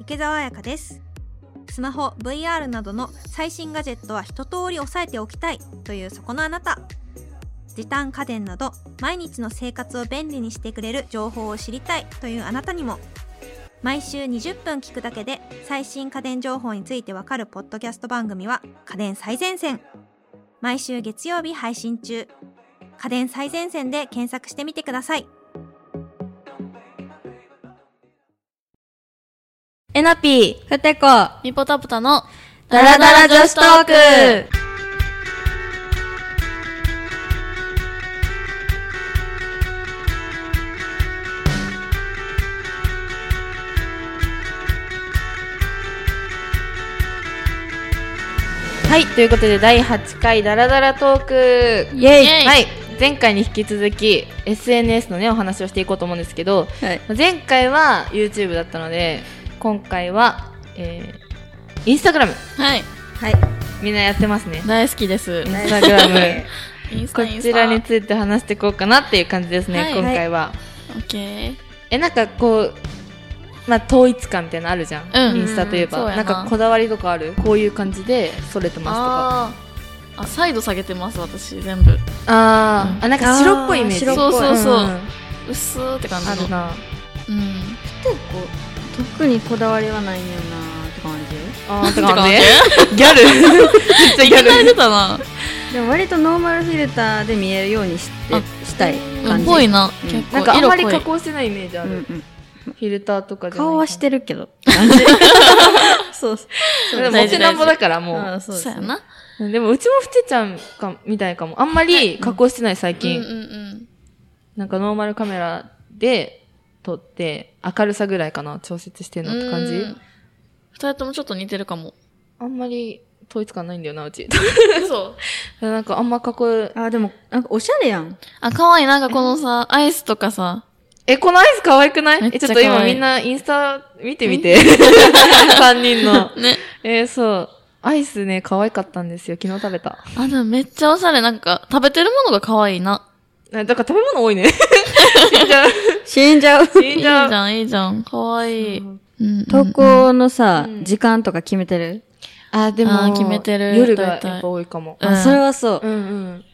池澤彩香ですスマホ VR などの最新ガジェットは一通り押さえておきたいというそこのあなた時短家電など毎日の生活を便利にしてくれる情報を知りたいというあなたにも毎週20分聞くだけで最新家電情報についてわかるポッドキャスト番組は家電最前線毎週月曜日配信中家電最前線で検索してみてくださいえなぴふてこ、みぽたぽたのダラダラ女子トークはい、ということで第8回ダラダラトークイエイはい、前回に引き続き SNS のね、お話をしていこうと思うんですけど、はい前回は YouTube だったので今回は、えー、インスタグラムはいはいみんなやってますね大好きでイすンスタグラムインスタこインスちタらについて話していこうかなっていう感じですね、はい今回は、オッケーえなんかこうまあ統一感みたいなのあるじゃん、うんインスタといえば、そうなやなんかこだわりとかあるこういう感じでそれてまあーあサイド下げてます私全部すとかあー、あなんか白っぽいイメージあー白っぽいんそうそうそうんうっすーって感じのあるなうん特にこだわりはないんよなって感じあーて感じギャルめっちゃいギャきなりル出たなでも割とノーマルフィルターで見えるようにしてあしたいうん感じぽいなうん結構なんかあんまり色加濃い工してないイメージあうる、んうんフィルターとかじゃない顔はしてるけどって感じそうそうでも大持事ちなんぼだからもあうーそうですそうねやなでもうちもふてちゃんかみたいかもあんまり加工してない最うんう近、んなんかノーマルカメラで撮って明るさぐらいかな調節してんうのんって感じうん二人ともちょっと似てるかもあんまり統一感ないんだよなうち そうなんかあんま加工あーでもなんかおしゃれやんあ可愛いなんかこのさアイスとかさえこのアイス可愛くないめっちゃえちょっと可今愛いみんなインスタ見てみて 三人のねえー、そうアイスね可愛かったんですよ昨日食べたあでもめっちゃおしゃれなんか食べてるものが可愛いなあだから食べ物多いね 死んじゃう死んじゃう死いいんじじゃうゃんいいじゃん可愛いそううんうん 投稿のさうん時間とか決めてるあ、で あー決めてる夜が大体やっぱ多いかも。うんあそれはそううんうん。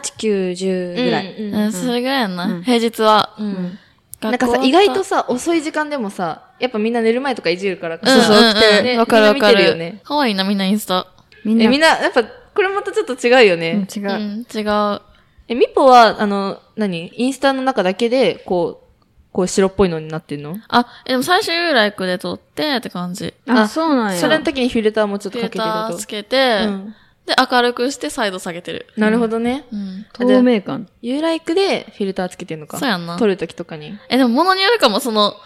8910ぐらいうんうん、それぐらいやな、うん平日は。うんうんなん学校かさ、終わった意外とさ、遅い時間でもさ、やっぱみんな寝る前とかいじるから、うんそううん起きてるうねんわかるわかみんな見てるよるね。可愛いな、みんなインスタ。みんなえ、みんな、やっぱ、これまたちょっと違うようんね。違う、うん違う。え、みぽは、あの、何インスタの中だけで、こう、こう白っぽいのになってんのあ、えでも最終ライクで撮ってって感じ。ああそうなんやそれの時にフィルターもちょっフとかィルけてタるーとつ。けて、うんで、明るくしてサイド下げてる。なるほどね。うん。透明感ユーライクでフィルターつけてんのか。そうやんな撮る時とかに。え、でも物によるかも、その、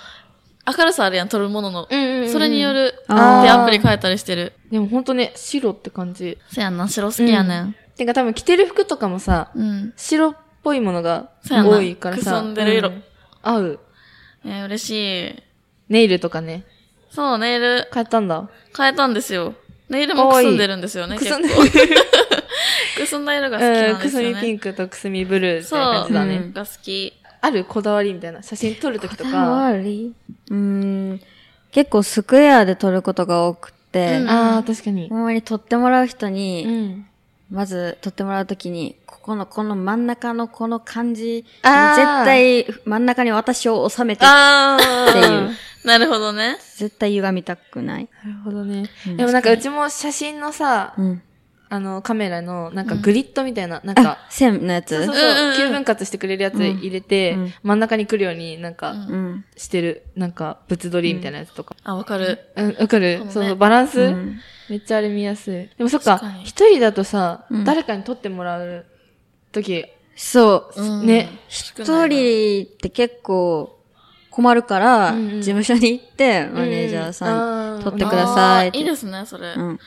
明るさあるやん、撮るものの。うんうんうんそれによる。あーで、アプリ変えたりしてる。でもほんとね、白って感じ。そうやんな、白好きやねん。てか多分着てる服とかもさ、うん。白っぽいものがそうやな多いからさ。くすんでる色う合う。えー嬉しい。ネイルとかね。そう、ネイル変えたんだ。変えたんですよ。ネイルもくすんでるんですよね、く結す構 ん。でる。くすんだ色が好きうなんんくですすよみね。ピンクとくすみブルーみたいなそ感う、じだうね。んが好き。あるこだわりみたいな。写真撮るときとこだか。わりうーん結構スクエアで撮ることが多くて、うんああ、確かに。ほんまに撮ってもらう人に、ん。まず撮ってもらうときに、ここの、この真ん中のこの感じ、絶あー対真ん中に私を収めて、ああっていうなるほどね。絶対歪みたくない。なるほどね。うんでもなんかうちも写真のさう、ん。あのカメラのなんかグリッドみたいな、なんあか、、線のやつそうそうううんうんそうう、9ん分割してくれるやつ入れてうん、真ん中に来るようになんうかんん。してる、なんか物撮りみたいなやつとか。あ、わかる。うん、わかるそうねそうそう、バランス、うんめっちゃあれ見やすい。でもそっ確かか、に一人だとさ、うん誰かに撮ってもらうとき、そう。うんね。一一人って結構困るから、うんうん事務所に行って、マネージャーさん、う撮ってくださいっていいですね、それ。うん。なん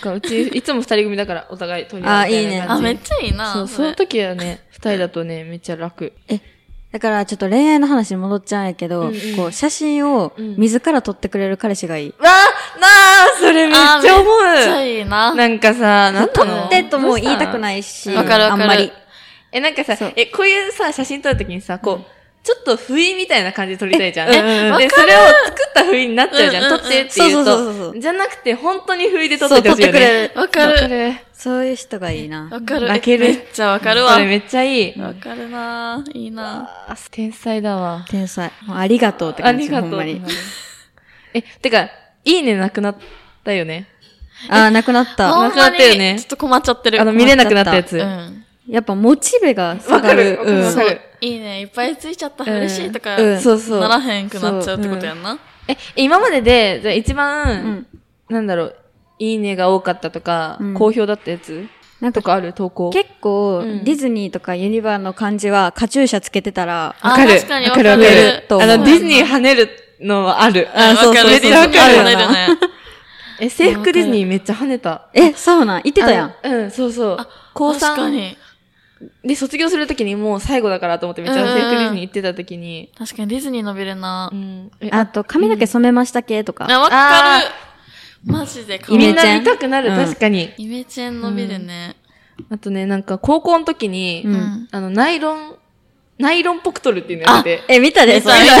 かうち、いつも二人組だから、お互い撮り合うあみたなあ、感じめっちゃいいな。そう、それの時はね、二人だとね、めっちゃ楽。だからちょっと恋愛の話に戻っちゃうんやけど、うんうんこう、写真をうん自ら撮ってくれる彼氏がいい。わあ、なあ、それめっちあーゃめっちゃ思いいな。う。なんかさ、なん撮なのってとも言いたくないし、わかるわかるあんまり。え、なんかさそう、え、こういうさ、写真撮るときにさ、こう、ちょっと不意みたいな感じで撮りたいじゃん。うんうんうんで、それを作った不意になっちゃうじゃん。うんうんうん撮ってってそう言そううと。そうそうじゃなくて、本当に不意で撮っそう、ててほ撮っしいてよくね。れる。わかるわる。そういう人がいいな。わかる。泣けるめっちゃわかるわそ。れめっちゃいい。わかるなぁ。いいなあ天才だわ。天才。もうありがとうってあ感じ。りがとうほんまに。 え、てか、いいねなくなったよね。あー、なくなっぁ。た。ほんまになくなったよねちょっと困っちゃってる。あの、困見っれなくなったやつ。うわん。やっぱモチベが下がかるる。。うんわかる。いいね。いっぱいついちゃった。うん嬉しいとか、うんそうそうならへんくなっちゃうってことやんな。え、今までで、じゃあ一う番、ん。なんだろう、いいねが多かったとかうん、好評だったやつなんとかかある投稿。結構、うんディズニーとかユニバーの感じは、カチューシャつけてたら、あわかる確かにわかわる。かるわかるあの、ディズニー跳ねるのはある。あ、そわうかそる。うめめっっちちゃゃわわかかるるよよなね。え、制服ディズニーめっちゃ跳ねた。え、そうなん言ってたやん。あのうん、そうそう。高確か3に。で卒業するときにもう最後だからと思ってめっちゃ制服ディズニー行ってたときに。確かにディズニー伸びるなう。ん。えあと、髪の毛染めましたけとか。あ、わあかる。マジで可イメみ愛ーんいジ。な見たくなる、うん確かに。イメチェン伸びるね。あとね、なんか高校の時に、うんあの、ナイロン、ナイロンポクトルっていうのやってて。え、見たで見それた見た。おし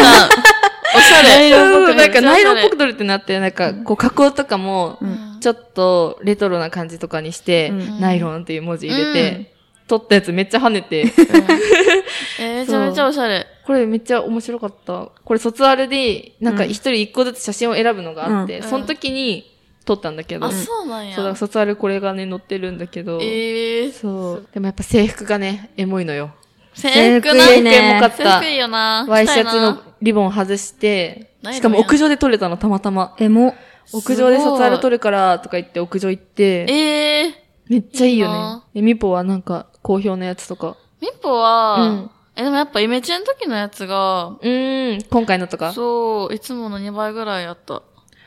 ゃナイれ。ロンポクトルなんめっちゃかおしゃナれイロンポクトルってなって、なんかこう加工とかも、うんちょっとレトロな感じとかにして、うんナイロンっていう文字入れて、撮ったやつめっちゃ跳ね て、えーめちゃめちゃおしゃれ。これめっちゃ面白かった。これ卒アルで、なんか一人一個ずつ写真を選ぶのがあって、うんその時に撮ったんだけど、あ、そうそうなんやだか。ら卒アルこれがね、載ってるんだけど、えー、そう。でもやっぱ制服がね、エモいのよ。制服な制服いい制ねエモかっ服た。いいよな。ワイシャ着たツいなのリボン外して、ないのよしかも屋上で撮れたのたまたま。え、も屋上ですごい卒アル撮るからとか言って屋上行って、ええー。めっちゃいいいいよねな。で、ミポはなんか好評のやつとか。ミポは、うんえ、でもやっぱイメチェンの時のやつが、うーん、今回のとか。そう、いつもの2倍ぐらいあった。う、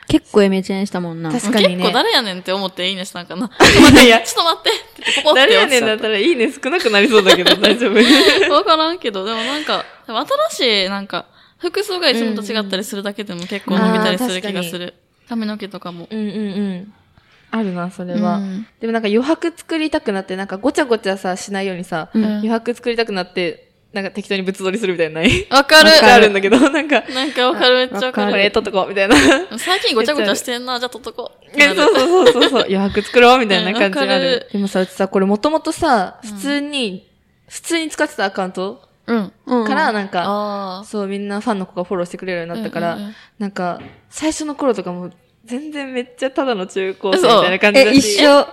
結構イメチェンしたもんな。確かにね。結構誰やねんって思っていいねしたん かな。いやちょっと待ってって言って、ポポって誰や落ちねんちだゃっったらいいね少なくなりそうだけど大丈 夫。た。わからんけど、でもなんか、でも新しい、なんか、服装がいつもと違ったりするだけでも結構伸びたりする気がする。髪の毛とかも。うんうんうん。あるな、それは。うんでもなんか余白作りたくなって、なんかごちゃごちゃさ、しないようにさ、うん余白作りたくなって、なんか適当に物撮りするみたいなのないわかるなんかあるんだけど、なんか、なんかわかる、めっちゃわかこる。れ撮っとこう、みたいな。最近ごちゃごちゃしてんな、じゃあ取っとこう。えそうそうそうそうそう、余白作ろうみたいな感じがあうんわかるる。でもさ、うちさ、これもともとさ、うん普通に、普通に使ってたアカウントうん。うんから、なんか、あそう、みんなファンの子がフォローしてくれるようあ。になったから、うんうんうんなんか、最初の頃とかも、全然めっちゃただの中高生みたいな感じだえ、し。一生、そう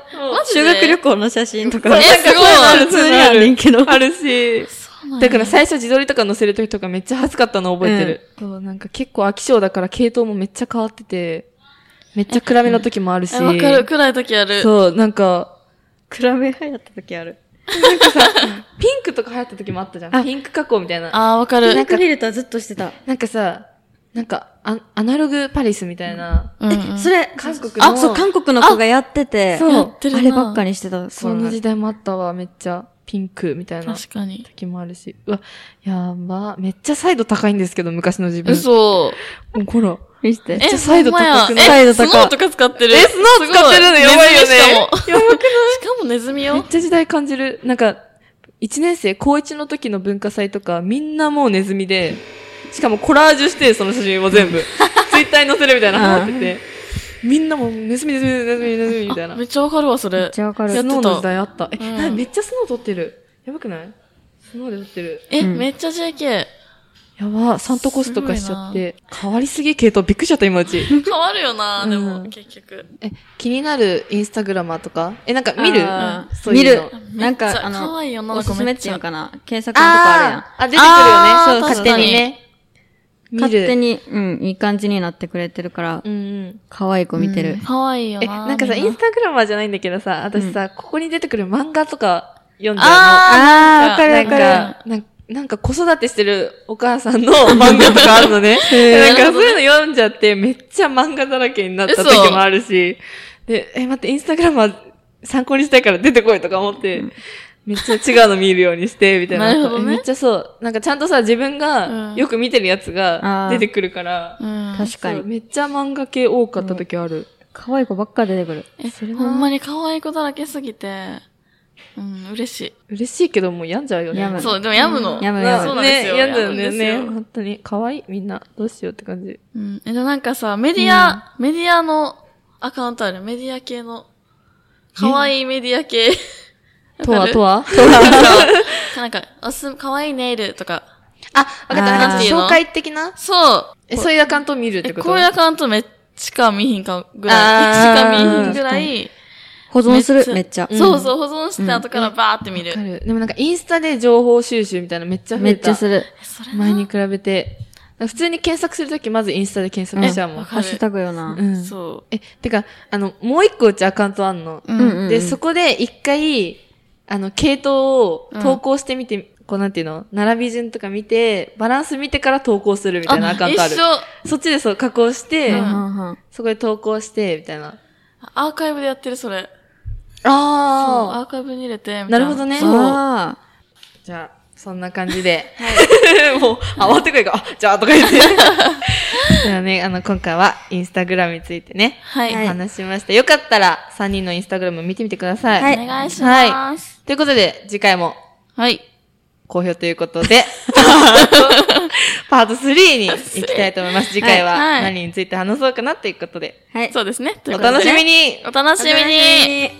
ジ修で学旅行の写真とか。えすごい普通にあるねんけ ど。あるし。そうなんや だから最初自撮りとか載せる時とかめっちゃ恥ずかったの覚えてる。そう、なんか結構飽き性だから系統もめっちゃ変わってて、めっちゃ暗めの時もあるし。えわかる、暗い時ある。そう、なんか、暗め流行った時ある。なんかさ、ピンクとか流行った時もあったじゃん。ピンク加工みたいな。ああ、わかピるン。クフィルターずっとしてた。なんかさ、なんかア、アナログパリスみたいな。うんうんそれ、韓国の。あ、そう、韓国の子がやってて、そうやってるなあればっかりしてた。そんな時代もあったわ、めっちゃ。ピンクみたいな確かに。時もあるし。うわ、やば。めっちゃサイド高いんですけど、昔の自分。嘘。うんほら。見せて。っちゃサイド高くないえサイド高いスノーとか使ってる。えスノー使ってるのすごやばいよねネズミしかも。やばくないしかもネズミめっよ。ちゃ時代感じる。なんか、一年生、高一の時の文化祭とか、みんなもうネズミで、しかもコラージュして、その写真を 全部。ツイッターに載せるみたいなのってて。みんなもうネズミ、ネズミ、ネズミ、ネズミみたいなめ。っちゃわかるわ、そめっれち。ゃわかスる。ノーの時代あった。え、うんなめっちゃスノー撮ってる。やばくないスノーで撮ってる。え、うんめっちゃ JK。やば、サントコスとかしちゃって。変わりすぎ系統びっくりしちゃった、今うち。変わるよな、でうも、ん結局。え、 気になるインスタグラマーとかえ、なんか見るあーそうい見うるの。なめっんちか、ゃあ可の、愛いよな、おすすめっていちゃうのかな。検索とかあるやんあ。あー、あ、出てくるよね。そう、あー勝手にね。見る。勝手に、うん、いい感じになってくれてるからう、んうん。可愛い子見てる。可愛いよえ、な。なんかさ、みインスタグラマーじゃないんだけどさ、私さ、ここに出てくる漫画とか読んじゃあーあーわかうるの。わなかんか、るなんか、なんか子育てしてるお母さんの漫画とかあるのね。なんかそういうの読んじゃって、めっちゃ漫画だらけになった時もあるし、で、え、待って、インスタグラマー参考にしたいから出てこいとか思って、めっちゃ違うの見るようにして、みたいな。なるほどねえめっちゃそう。なんかちゃんとさ、自分うがんよく見てるやつあがー出てくるから、うん。確そかうに。めっちゃ漫画系多かった時ある。可愛い子ばっか出てくる。えそれ、はほんまに可愛い子だらけすぎて、うん、嬉し嬉しいけど、もう病んじゃうよね。病い。むそう、でも病むの。うん病むそ病うなんですよ。ね、病んだよね。病むんねですよ本当に。可愛いみんな。どうしようって感じ。うん。え、でもなんかさ、メディア、メディアのアカウントあるメディア系の。可愛いメディア系。 とは、とはわかる なんか、おす、可愛いネイルとか。あ、わかった。なんかあー紹介的なそう。え、そういうアカウントを見るっえ、てことこういうアカウントめっちか見ひんかぐらい。しあーか見ひんぐらい。保存する、めっちゃ。そうそう、保存して後からバーって見るわか。る。でもなんかインスタで情報収集みたいなのめっちゃ増めえっちた。ゃする。それ前に比べて。普通に検索するときまずインスタで検索しちゃうもんわ。かるハッシュタグよな。うんそえ、てか、あの、もう一個うちアカウントあんの。う。ううんうんで、そこで一回、あの、系統を投稿してみて、こうなんていうの並び順とか見て、バランス見てから投稿するみたいなアカウントある一。緒。そっちでそう加工して、うんうんそこで投稿して、みたいな。アーカイブでやってる、それ。そうアああ。ーカイブに入れて、みたいなるほど。ね。そうそう。ん。じゃあ、そんな感じで。 もう、慌てくれか、あ、じゃあ、とか言って。 ではね、あの、今回は、インスタグラムについてね、はい。はいお話ししました。よかったら、3人のインスタグラム見てみてください。はいお願いします。ということで、次回も、はい。好評ということ で、パート3に行きたいと思います。次回は、はいはい何について話そうかなということで、はい。そうですね。というおことで楽しみにお楽しみに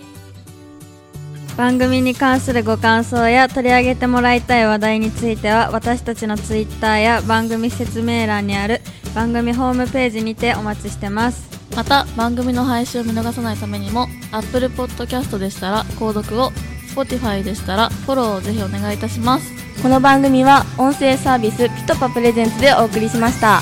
番組に関するご感想や取り上げてもらいたい話題については私たちのツイッターや番組説明欄にある番組ホームページにてお待ちしてますまた番組の配信を見逃さないためにも Apple Podcast でしたら購読を Spotify でしたらフォローをぜひお願いいたしますこの番組は音声サービスピトパプレゼンツでお送りしました。